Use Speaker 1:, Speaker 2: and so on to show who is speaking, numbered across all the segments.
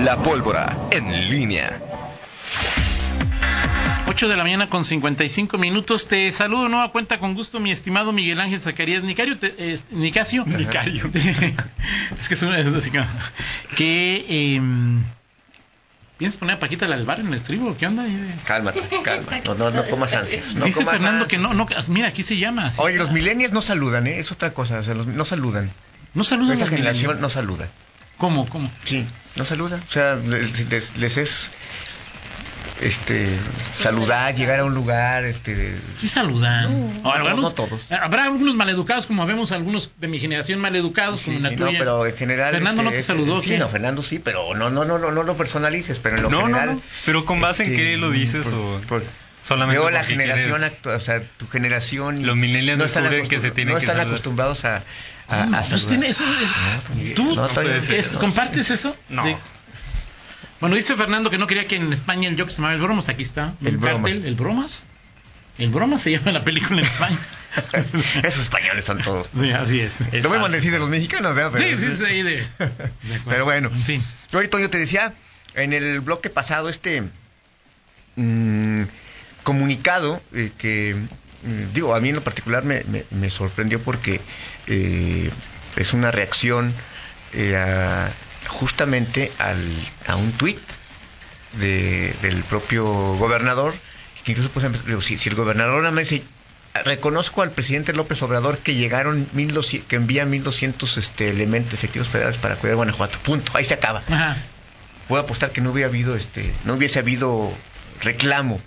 Speaker 1: La pólvora en línea.
Speaker 2: 8 de la mañana con 55 minutos. Te saludo nueva cuenta con gusto, mi estimado Miguel Ángel Zacarías Nicario, te- eh, Nicasio.
Speaker 3: Nicario.
Speaker 2: es que es una de esas así que- que. em, ¿Piensas poner a Paquita la del barrio en el estribo? ¿Qué onda? ahí de-
Speaker 4: Cálmate, cálmate. No, no, no comas ansias. No
Speaker 2: Dice
Speaker 4: comas
Speaker 2: Fernando
Speaker 4: ansias.
Speaker 2: que no, no, mira, aquí se llama. así
Speaker 4: Oye,
Speaker 2: está.
Speaker 4: los millennials no saludan, ¿eh? Es otra cosa, o sea, los- no saludan.
Speaker 2: no saludan
Speaker 4: Esa
Speaker 2: los
Speaker 4: generación
Speaker 2: millennials.
Speaker 4: no saluda.
Speaker 2: ¿Cómo, cómo?
Speaker 4: Sí, no saluda. O sea, les, les- les es este saludar, llegar a un lugar, este
Speaker 2: Sí saludan.
Speaker 4: No,
Speaker 2: O eh,
Speaker 4: no todos.
Speaker 2: Habrá algunos maleducados, como vemos algunos de mi generación maleducados,
Speaker 4: sí,
Speaker 2: como la
Speaker 4: sí, no,
Speaker 2: tuya.
Speaker 4: pero en general
Speaker 2: Fernando no
Speaker 4: este,
Speaker 2: te
Speaker 4: es-
Speaker 2: saludó.
Speaker 4: Sí,
Speaker 2: ¿qué?
Speaker 4: no, Fernando sí, pero no no no no no lo personalices, pero en lo
Speaker 3: No, no,
Speaker 4: general
Speaker 3: no. Pero con base en
Speaker 4: este,
Speaker 3: qué lo dices o
Speaker 4: por-
Speaker 3: solamente
Speaker 4: Luego la
Speaker 3: porque
Speaker 4: generación
Speaker 3: quieres-
Speaker 4: actual, o sea, tu generación y-
Speaker 3: Los millennials descubren
Speaker 4: acostum-
Speaker 3: que se tienen
Speaker 4: no
Speaker 3: que
Speaker 4: están
Speaker 3: saludar.
Speaker 4: acostumbrados a, a,
Speaker 2: No,
Speaker 4: a
Speaker 2: pues
Speaker 4: saludar.
Speaker 2: tiene- eso es-
Speaker 4: Miguel,
Speaker 2: ¿Tú
Speaker 4: Ah, pues no, está
Speaker 3: bien.
Speaker 2: es-
Speaker 4: No.
Speaker 2: compartes eso?
Speaker 3: No.
Speaker 2: Bueno, dice Fernando que no quería que en España el Joker se llamara El Bromas. Aquí está.
Speaker 4: El
Speaker 2: Un
Speaker 4: Bromas.
Speaker 2: cartel, ¿El Bromas? El Bromas se llama la película en España.
Speaker 4: Esos españoles son todos.
Speaker 2: sí, así es. Sí,
Speaker 3: Es
Speaker 4: Lo mismo
Speaker 3: fácil.
Speaker 4: decir de los mexicanos, ¿eh? ¿verdad?
Speaker 2: sí, sí, ahí de, de acuerdo.
Speaker 4: Pero bueno.
Speaker 2: En fin.
Speaker 4: Oye, Toño, te decía en el bloque pasado este mm, comunicado eh, que, mm, digo, a mí en lo particular me, me- me sorprendió porque eh, es una reacción eh, a- justamente al, a un tuit de- del propio gobernador, que incluso pues, digo, si, si el gobernador nada más dice, reconozco al presidente López Obrador que llegaron 1200, que envía 1.200 este, elementos efectivos federales para cuidar Guanajuato, punto, ahí se acaba
Speaker 2: Ajá.
Speaker 4: puedo apostar que no hubiera habido este, no hubiese habido reclamo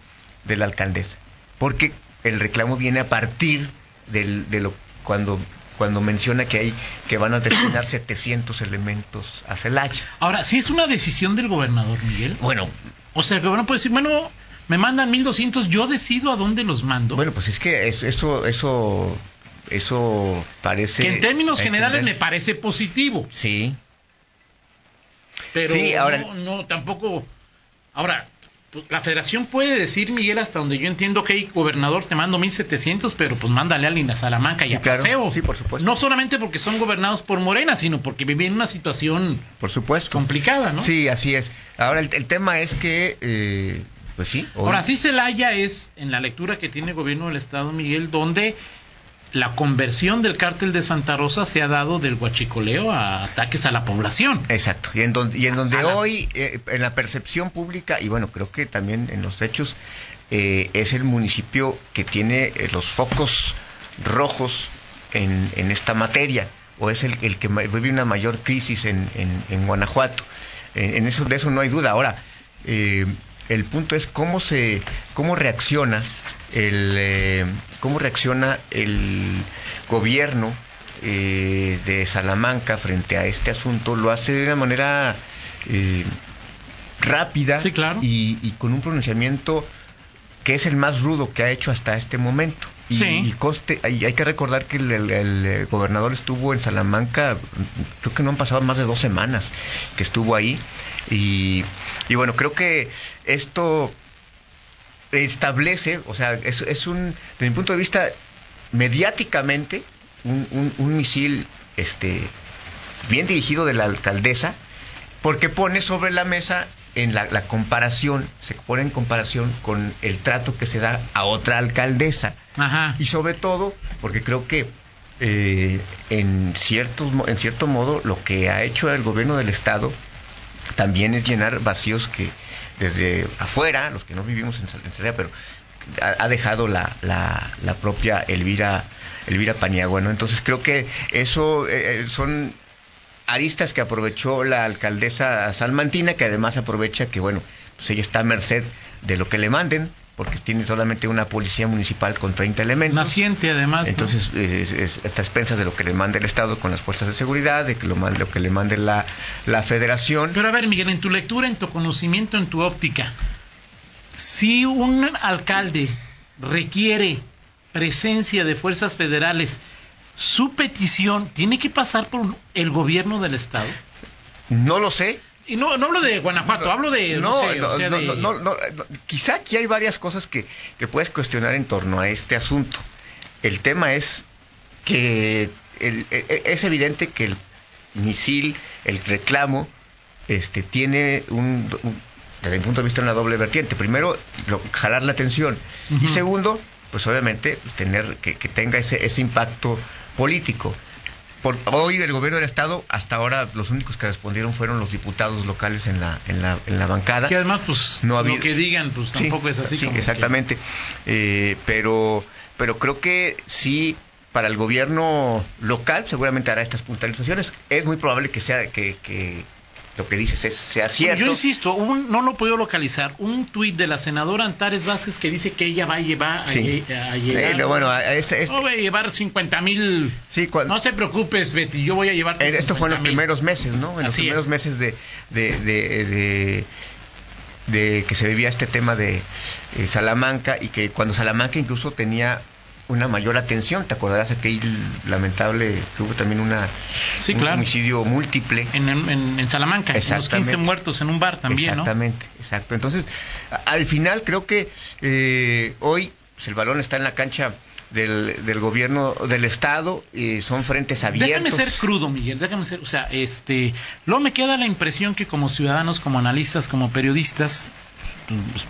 Speaker 4: de la alcaldesa, porque el reclamo viene a partir del, de lo cuando cuando menciona que hay que van a destinar 700 elementos a Celaya.
Speaker 2: Ahora, si es una decisión del gobernador, Miguel.
Speaker 4: Bueno,
Speaker 2: O sea, el gobernador puede decir, bueno, me mandan 1200, yo decido a dónde los mando.
Speaker 4: bueno, pues es que es- eso eso eso parece
Speaker 2: que en términos generales me
Speaker 4: ¿entendés?
Speaker 2: parece positivo.
Speaker 4: Sí.
Speaker 2: Pero
Speaker 4: Sí, ahora-
Speaker 2: no, no, tampoco. Ahora, pues, la federación puede decir, Miguel, hasta donde yo entiendo que, gobernador, te mando 1700, pero pues mándale a Linda Salamanca y
Speaker 4: Sí,
Speaker 2: a
Speaker 4: claro.
Speaker 2: Paseo.
Speaker 4: Sí, por supuesto.
Speaker 2: No solamente porque son gobernados por Morena, sino porque vivían una situación
Speaker 4: Por supuesto.
Speaker 2: complicada, ¿no?
Speaker 4: Sí, así es. Ahora el, el tema es que eh, pues sí, hoy-
Speaker 2: Ahora sí Celaya es, en la lectura que tiene el gobierno del Estado, Miguel, donde la conversión del cártel de Santa Rosa se ha dado del huachicoleo a ataques a la población.
Speaker 4: Exacto. Y en donde, y en donde
Speaker 2: Ajá.
Speaker 4: hoy, eh, en la percepción pública, y bueno, creo que también en los hechos, eh, es el municipio que tiene eh, los focos rojos en, en esta materia, o es el, el que ma- vive una mayor crisis en, en- en Guanajuato. Eh, En, en eso, de eso no hay duda. Ahora, eh, el punto es cómo se, cómo reacciona el, eh, cómo reacciona el gobierno eh, de Salamanca frente a este asunto lo hace de una manera eh, rápida
Speaker 2: Sí, claro.
Speaker 4: y, y con un pronunciamiento que es el más rudo que ha hecho hasta este momento. Y,
Speaker 2: Sí.
Speaker 4: y coste, hay, hay que recordar que el, el- el, eh, gobernador estuvo en Salamanca, mm, creo que no han pasado más de dos semanas que estuvo ahí. Y, y bueno, creo que esto establece, o sea, es, es un, desde mi punto de vista, mediáticamente, un, un- un misil este, bien dirigido de la alcaldesa, porque pone sobre la mesa en la, la comparación, se pone en comparación con el trato que se da a otra alcaldesa.
Speaker 2: Ajá.
Speaker 4: Y sobre todo, porque creo que eh, en, cierto, en cierto modo lo que ha hecho el gobierno del Estado también es llenar vacíos que desde afuera, los que no vivimos en, Sal- en Celaya, pero ha, ha dejado la, la- la propia Elvira, Elvira Paniagua, ¿no? Entonces creo que eso eh, eh, son aristas que aprovechó la alcaldesa salmantina, que además aprovecha que, bueno, pues ella está a merced de lo que le manden, porque tiene solamente una policía municipal con 30 elementos.
Speaker 2: Naciente, además. ¿no?
Speaker 4: Entonces, eh, es- es- está a expensas de lo que le mande el Estado con las fuerzas de seguridad, de que lo, man- lo que le mande la, la federación.
Speaker 2: Pero a ver, Miguel, en tu lectura, en tu conocimiento, en tu óptica, si un alcalde requiere presencia de fuerzas federales, su petición tiene que pasar por el gobierno del Estado.
Speaker 4: No lo sé.
Speaker 2: Y no, no hablo de Guanajuato, hablo de...
Speaker 4: No,
Speaker 2: sé, o
Speaker 4: no,
Speaker 2: sea,
Speaker 4: no,
Speaker 2: de-
Speaker 4: no, no, no, no. Quizá aquí hay varias cosas que te puedes cuestionar en torno a este asunto. El tema es que el- e- e- es evidente que el misil, el reclamo, este, tiene un, un- desde mi punto de vista, una doble vertiente. Primero, lo- jalar la atención. Y
Speaker 2: Ujú.
Speaker 4: segundo, pues obviamente, pues, tener que, que tenga ese, ese impacto político. Por, hoy el gobierno del Estado, hasta ahora los únicos que respondieron fueron los diputados locales en la, en la, en la bancada.
Speaker 2: Que además, pues,
Speaker 4: No ha
Speaker 2: lo
Speaker 4: habido-
Speaker 2: que digan, pues
Speaker 4: Sí,
Speaker 2: tampoco es así.
Speaker 4: sí,
Speaker 2: como que-
Speaker 4: exactamente. Eh, pero, pero creo que sí, para el gobierno local seguramente hará estas puntualizaciones. Es muy probable que sea que, que lo que dices es, sea cierto.
Speaker 2: Yo insisto, un- no lo puedo localizar. Un tuit de la senadora Antares Vázquez que dice que ella va a llevar a,
Speaker 4: Sí.
Speaker 2: lle- a
Speaker 4: Sí,
Speaker 2: llegar.
Speaker 4: no, bueno, este a- a ese- ese-
Speaker 2: No voy a llevar 50 mil.
Speaker 4: sí, cuando-
Speaker 2: No te preocupes, Betty, yo voy a llevarte.
Speaker 4: eh, esto fue en los
Speaker 2: 50,000.
Speaker 4: primeros meses, ¿no? En los
Speaker 2: Así
Speaker 4: primeros
Speaker 2: es.
Speaker 4: meses de, de, de- de- de que se vivía este tema de eh, Salamanca y que cuando Salamanca incluso tenía una mayor atención, ¿te acordarás aquel lamentable que hubo también una
Speaker 2: Sí,
Speaker 4: un
Speaker 2: claro.
Speaker 4: homicidio múltiple?
Speaker 2: En, en- en Salamanca, en los 15
Speaker 4: Exactamente.
Speaker 2: muertos en un bar también, ¿no?
Speaker 4: Exactamente, exacto. Entonces, a- al final creo que eh, hoy pues, el balón está en la cancha del, del gobierno del Estado, y son frentes abiertos.
Speaker 2: Déjame ser crudo, Miguel, déjame ser, o sea, este, luego me queda la impresión que como ciudadanos, como analistas, como periodistas, pues,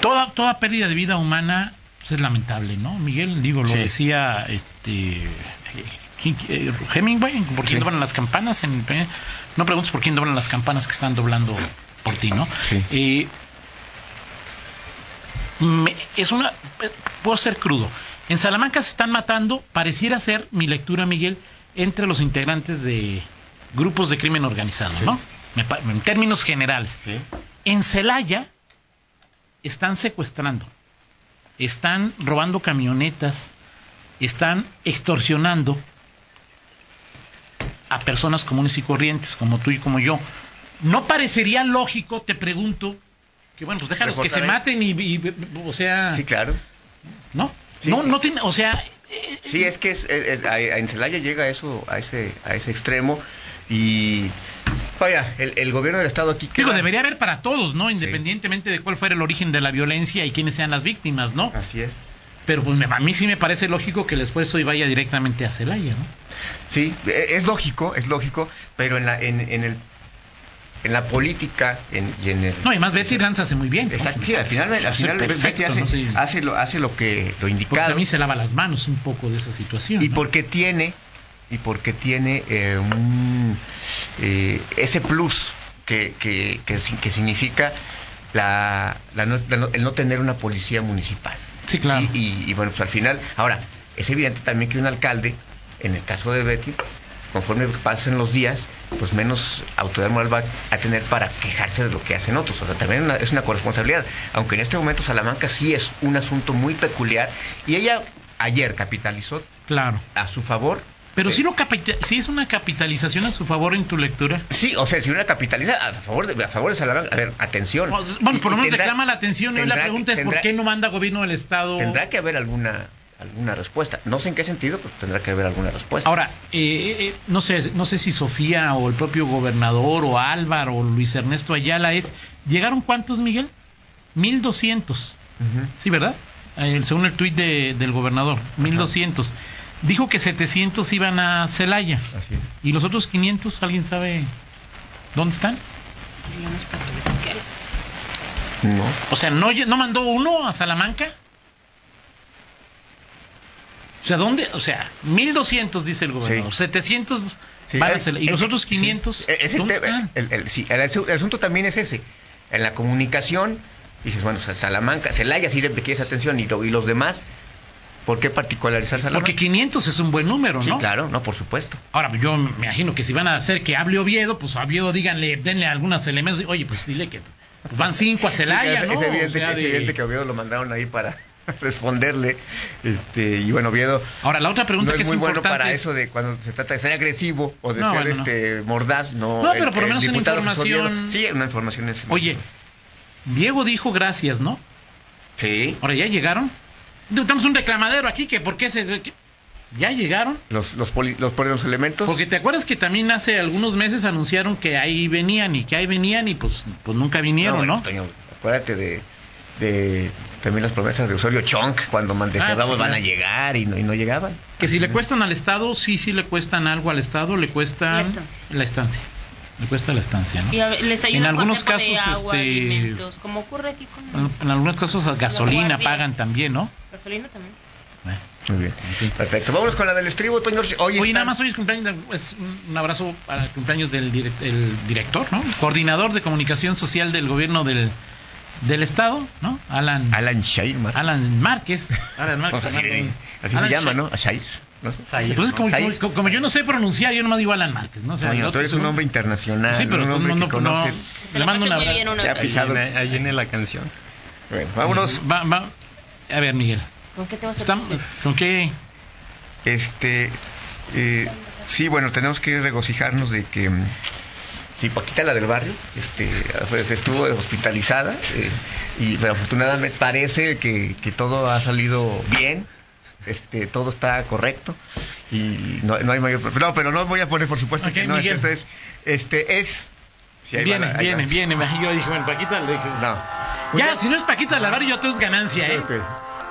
Speaker 2: toda, toda pérdida de vida humana pues, es lamentable, ¿no? Miguel, digo, lo
Speaker 4: Sí.
Speaker 2: decía este eh, eh, Hemingway, ¿por quién
Speaker 4: Sí.
Speaker 2: doblan las campanas? En, eh, no preguntes por quién doblan las campanas que están doblando por ti, ¿no?
Speaker 4: Sí.
Speaker 2: Eh, me- es una. eh, Puedo ser crudo. En Salamanca se están matando, pareciera ser mi lectura, Miguel, entre los integrantes de grupos de crimen organizado, ¿no? Me pa- en términos generales.
Speaker 4: Sí.
Speaker 2: En Celaya están secuestrando, están robando camionetas, están extorsionando a personas comunes y corrientes, como tú y como yo. ¿No parecería lógico, te pregunto, que bueno, pues déjalos que se
Speaker 4: Reportaré.
Speaker 2: maten y, y- o sea,
Speaker 4: Sí, claro.
Speaker 2: ¿no?
Speaker 4: Sí.
Speaker 2: No, no tiene, o sea, eh,
Speaker 4: Sí, es que es, es- es- a- a- en Celaya llega a eso, a ese, a ese extremo y vaya, el, el gobierno del estado aquí
Speaker 2: digo,
Speaker 4: queda-
Speaker 2: debería haber para todos, ¿no? Independientemente de cuál fuera el origen de la violencia y quiénes sean las víctimas, ¿no?
Speaker 4: Así es.
Speaker 2: Pero pues, me- a mí sí me parece lógico que el esfuerzo y vaya directamente a Celaya, ¿no?
Speaker 4: Sí, e- es lógico, es lógico, pero en la, en, en el, en la política en- y en el
Speaker 2: No, y más Betty Lanza hace muy bien. ¿no?
Speaker 4: Exacto, sí, al final, al
Speaker 2: Hace
Speaker 4: final
Speaker 2: perfecto,
Speaker 4: Betty hace,
Speaker 2: ¿no? Sí.
Speaker 4: hace lo, hace lo que lo
Speaker 2: Porque
Speaker 4: indicado
Speaker 2: también se lava las manos un poco de esa situación.
Speaker 4: y
Speaker 2: ¿no?
Speaker 4: porque tiene y porque tiene eh, un, eh, ese plus que, que, que, si- que significa la, la no- la no- el no tener una policía municipal.
Speaker 2: Sí, claro.
Speaker 4: y, y bueno, pues al final, ahora, es evidente también que un alcalde, en el caso de Betty, conforme pasen los días, pues menos autoridad moral va a tener para quejarse de lo que hacen otros. O sea, también una- es una corresponsabilidad. Aunque en este momento Salamanca sí es un asunto muy peculiar. Y ella ayer capitalizó
Speaker 2: Claro.
Speaker 4: a su favor.
Speaker 2: Pero
Speaker 4: Eh,
Speaker 2: sí, lo capita- sí es una capitalización a su favor en tu lectura.
Speaker 4: Sí, o sea, si una capitalidad a favor de, a favor de Salamanca, a ver, atención.
Speaker 2: Pues, Bueno, por lo
Speaker 4: Y-
Speaker 2: menos
Speaker 4: y tendrá-
Speaker 2: reclama la atención. ¿no? Y la
Speaker 4: tendrá-
Speaker 2: pregunta es:
Speaker 4: tendrá-
Speaker 2: ¿por qué no manda gobierno del Estado?
Speaker 4: Tendrá que haber alguna alguna respuesta. No sé en qué sentido, pero tendrá que haber alguna respuesta.
Speaker 2: Ahora, eh, eh, no sé, no sé si Sofía o el propio gobernador o Álvaro o Luis Ernesto Ayala es. ¿Llegaron cuántos, Miguel? 1200.
Speaker 4: Ujú.
Speaker 2: Sí, ¿verdad? Eh, según el tuit de- del gobernador, 1200. Dijo que 700 iban a Celaya.
Speaker 4: Así es.
Speaker 2: ¿Y los otros 500? ¿Alguien sabe dónde están?
Speaker 4: No.
Speaker 2: O sea, ¿no, lle- no mandó uno a Salamanca? O sea, ¿dónde? O sea, 1200 dice el gobernador,
Speaker 4: Sí.
Speaker 2: 700
Speaker 4: Sí,
Speaker 2: van a
Speaker 4: eh,
Speaker 2: Celaya. ¿Y
Speaker 4: eh,
Speaker 2: los otros
Speaker 4: sí.
Speaker 2: 500?
Speaker 4: Eh, ese
Speaker 2: ¿Dónde
Speaker 4: tema,
Speaker 2: están?
Speaker 4: el- el- sí, el asu- el asunto también es ese. En la comunicación, dices, bueno, o sea, Salamanca, Celaya sí le requiere atención y, lo- y los demás, ¿por qué particularizar Salamanca?
Speaker 2: Porque 500 es un buen número, ¿no?
Speaker 4: Sí, claro, no, por supuesto.
Speaker 2: Ahora, yo me imagino que si van a hacer que hable Oviedo, pues a Oviedo díganle, denle algunos elementos. Oye, pues dile que pues, van cinco a Celaya,
Speaker 4: es,
Speaker 2: ¿no?
Speaker 4: es evidente,
Speaker 2: O sea,
Speaker 4: es
Speaker 2: de-
Speaker 4: evidente que a Oviedo lo mandaron ahí para responderle. Este, y bueno, Oviedo
Speaker 2: Ahora, la otra pregunta
Speaker 4: no
Speaker 2: que
Speaker 4: es
Speaker 2: es
Speaker 4: muy bueno
Speaker 2: importante
Speaker 4: para
Speaker 2: es-
Speaker 4: eso de cuando se trata de ser agresivo o de
Speaker 2: No,
Speaker 4: ser
Speaker 2: bueno, no.
Speaker 4: este, mordaz. No,
Speaker 2: No, pero por lo menos una
Speaker 4: diputado Jesús Oviedo-
Speaker 2: información-
Speaker 4: Sí, una información en
Speaker 2: Oye, Diego dijo gracias, ¿no?
Speaker 4: Sí.
Speaker 2: Ahora, ¿ya llegaron? Estamos un reclamadero aquí, que por qué se... que- ¿Ya llegaron?
Speaker 4: Los, los, poli- los, poli- los elementos.
Speaker 2: Porque te acuerdas que también hace algunos meses anunciaron que ahí venían y que ahí venían y pues, pues nunca vinieron, ¿no?
Speaker 4: bueno, Toño, acuérdate de, de también las promesas de Osorio Chong cuando
Speaker 2: Ah,
Speaker 4: manteníamos
Speaker 2: sí,
Speaker 4: van a
Speaker 2: claro.
Speaker 4: llegar y no, y no llegaban.
Speaker 2: Que si le cuestan al Estado, sí, sí le cuestan algo al Estado, le cuestan
Speaker 5: La estancia.
Speaker 2: la estancia. le cuesta la estancia, ¿no?
Speaker 5: Y a- les ayuda
Speaker 2: En
Speaker 5: con
Speaker 2: algunos
Speaker 5: tema de
Speaker 2: casos,
Speaker 5: agua,
Speaker 2: este,
Speaker 5: alimentos, como ocurre aquí con
Speaker 2: En, en algunos casos a gasolina
Speaker 5: guardia.
Speaker 2: pagan también, ¿no?
Speaker 5: gasolina también.
Speaker 2: Eh.
Speaker 4: Muy bien.
Speaker 2: Sí.
Speaker 4: Perfecto. Vámonos con la del estribo, Toño. Orsi. Hoy
Speaker 2: Oye,
Speaker 4: está-
Speaker 2: nada más hoy es cumpleaños, de- es un un abrazo para el cumpleaños del direc- el director, ¿no? Coordinador de comunicación social del gobierno del, del estado, ¿no? Alan,
Speaker 4: Alan Shair, Mar.
Speaker 2: Alan Márquez. Alan
Speaker 4: O
Speaker 2: Márquez.
Speaker 4: sea, así
Speaker 2: Alan-
Speaker 4: así
Speaker 2: Alan
Speaker 4: se llama,
Speaker 2: Shair.
Speaker 4: Ah, ¿no? Shair. ¿no?
Speaker 2: Entonces, como,
Speaker 4: Shair.
Speaker 2: como- como yo no sé pronunciar, yo nomás digo Alan Márquez, ¿no? O sea, el
Speaker 4: Toño, tú
Speaker 2: otro
Speaker 4: eres
Speaker 2: es
Speaker 4: un hombre internacional.
Speaker 2: Sí, pero
Speaker 4: un
Speaker 2: todo el
Speaker 4: hombre
Speaker 2: mundo
Speaker 4: que conoce.
Speaker 5: Se
Speaker 2: Le
Speaker 5: la
Speaker 2: mando un
Speaker 5: pasan muy
Speaker 2: abrazo.
Speaker 5: bien una
Speaker 4: Ya,
Speaker 5: otra.
Speaker 4: pues, Pisado.
Speaker 3: Ahí viene la canción.
Speaker 4: Bueno, vámonos.
Speaker 2: Va- va- A ver, Miguel.
Speaker 5: ¿Con qué te vas a
Speaker 2: ¿estamos- ¿Con qué?
Speaker 4: Este, eh, sí, bueno, tenemos que regocijarnos de que mm, sí, Paquita la del barrio, este, pues, estuvo hospitalizada eh, y pero afortunadamente parece que, que todo ha salido bien. Este, todo está correcto y no, no hay mayor no pero no voy a poner por supuesto
Speaker 2: Ok,
Speaker 4: que no
Speaker 2: Miguel.
Speaker 4: es cierto es este es sí, ahí va
Speaker 2: viene,
Speaker 4: la- ahí va.
Speaker 2: viene, viene, Yo dije, bueno, Paquita le dije.
Speaker 4: no Muy
Speaker 2: Ya,
Speaker 4: bien.
Speaker 2: si no es Paquita la barrio, yo tengo ganancia, ¿eh?
Speaker 4: Ok.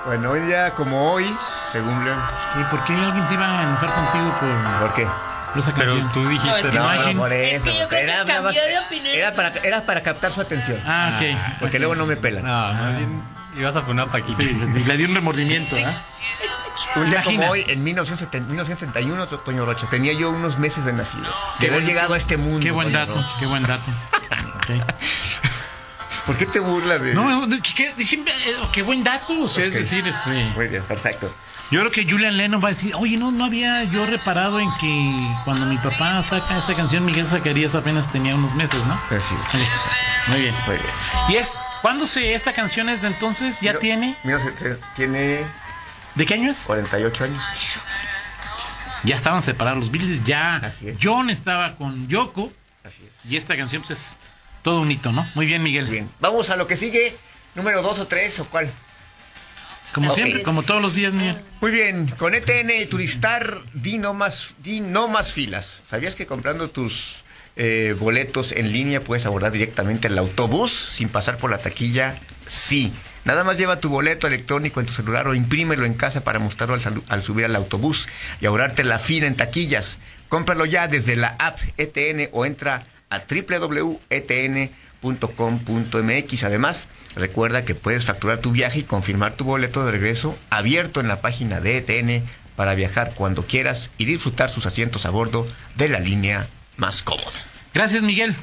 Speaker 4: bueno hoy día como hoy según León
Speaker 2: ¿Y por qué alguien se iba a enojar contigo por,
Speaker 4: ¿por qué?
Speaker 2: por esa
Speaker 3: Pero
Speaker 2: canción?
Speaker 3: tú dijiste,
Speaker 5: Ah, No, es que
Speaker 3: ¿no?
Speaker 4: No,
Speaker 2: Imagine.
Speaker 4: no, por
Speaker 5: Es
Speaker 4: eso. pues,
Speaker 5: que yo creo que
Speaker 4: nada
Speaker 5: cambió
Speaker 4: más-
Speaker 5: de opinión.
Speaker 4: Era para, era para captar su atención.
Speaker 2: Ah, ok.
Speaker 4: Porque luego no me pelan.
Speaker 3: No, "Ah, más bien ibas a poner a Paquita.
Speaker 2: Y le dio un remordimiento, ¿ah?
Speaker 4: Un día
Speaker 2: Imagina.
Speaker 4: como hoy, en 1970 1971, to- Toño Rocha, tenía yo unos meses de nacido. De haber
Speaker 2: buen-
Speaker 4: llegado a este mundo.
Speaker 2: Qué buen
Speaker 4: Toño
Speaker 2: dato,
Speaker 4: Rocha.
Speaker 2: qué buen dato. Ok.
Speaker 4: ¿Por qué te burlas de.?
Speaker 2: No, no, ¿qué, qué- dije, eh, qué buen dato, o sea,
Speaker 4: Ok.
Speaker 2: es decir, este...
Speaker 4: Muy bien, perfecto.
Speaker 2: Yo creo que Julian Lennon va a decir, oye, no, no había yo reparado en que cuando mi papá saca esa canción, Miguel Zacarías apenas tenía unos meses, ¿no?
Speaker 4: Así es.
Speaker 2: Sí. Muy bien.
Speaker 4: Muy bien.
Speaker 2: ¿Y es cuándo se esta canción es de entonces? ¿Ya
Speaker 4: Mira-
Speaker 2: tiene?
Speaker 4: mira, se- se- tiene
Speaker 2: ¿De qué año es?
Speaker 4: 48 años.
Speaker 2: Ya estaban separados los Beatles, ya
Speaker 4: Así es.
Speaker 2: John estaba con Yoko
Speaker 4: Así es.
Speaker 2: y esta canción pues es todo un hito, ¿no? Muy bien, Miguel.
Speaker 4: Bien. Vamos a lo que sigue. Número 2 o 3 o cuál.
Speaker 2: Como
Speaker 4: Ok.
Speaker 2: siempre, como todos los días, Miguel.
Speaker 4: Muy bien, con ETN y Turistar di no más, di no más filas. ¿Sabías que comprando tus eh, boletos en línea puedes abordar directamente el autobús sin pasar por la taquilla? Sí. Nada más lleva tu boleto electrónico en tu celular o imprímelo en casa para mostrarlo al, salu- al subir al autobús y ahorrarte la fila en taquillas. Cómpralo ya desde la app ETN o entra a E www.etn.com.mx. Además, recuerda que puedes facturar tu viaje y confirmar tu boleto de regreso abierto en la página de ETN para viajar cuando quieras y disfrutar sus asientos a bordo de la línea más cómoda.
Speaker 2: Gracias, Miguel.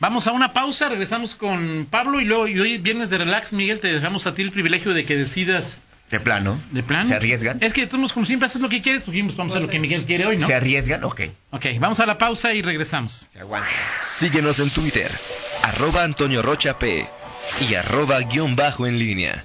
Speaker 2: Vamos a una pausa, regresamos con Pablo y luego y hoy viernes de relax, Miguel, te dejamos a ti el privilegio de que decidas
Speaker 4: ¿De plano?
Speaker 2: de plan.
Speaker 4: ¿Se arriesgan?
Speaker 2: Es que todos como siempre haces lo que quieres, pues, vamos a hacer lo que Miguel quiere hoy, ¿no?
Speaker 4: ¿Se arriesgan? Ok.
Speaker 2: Ok, vamos a la pausa y regresamos.
Speaker 4: Se aguanta.
Speaker 1: Síguenos en Twitter, arroba Antonio Rocha P y arroba guión bajo en línea.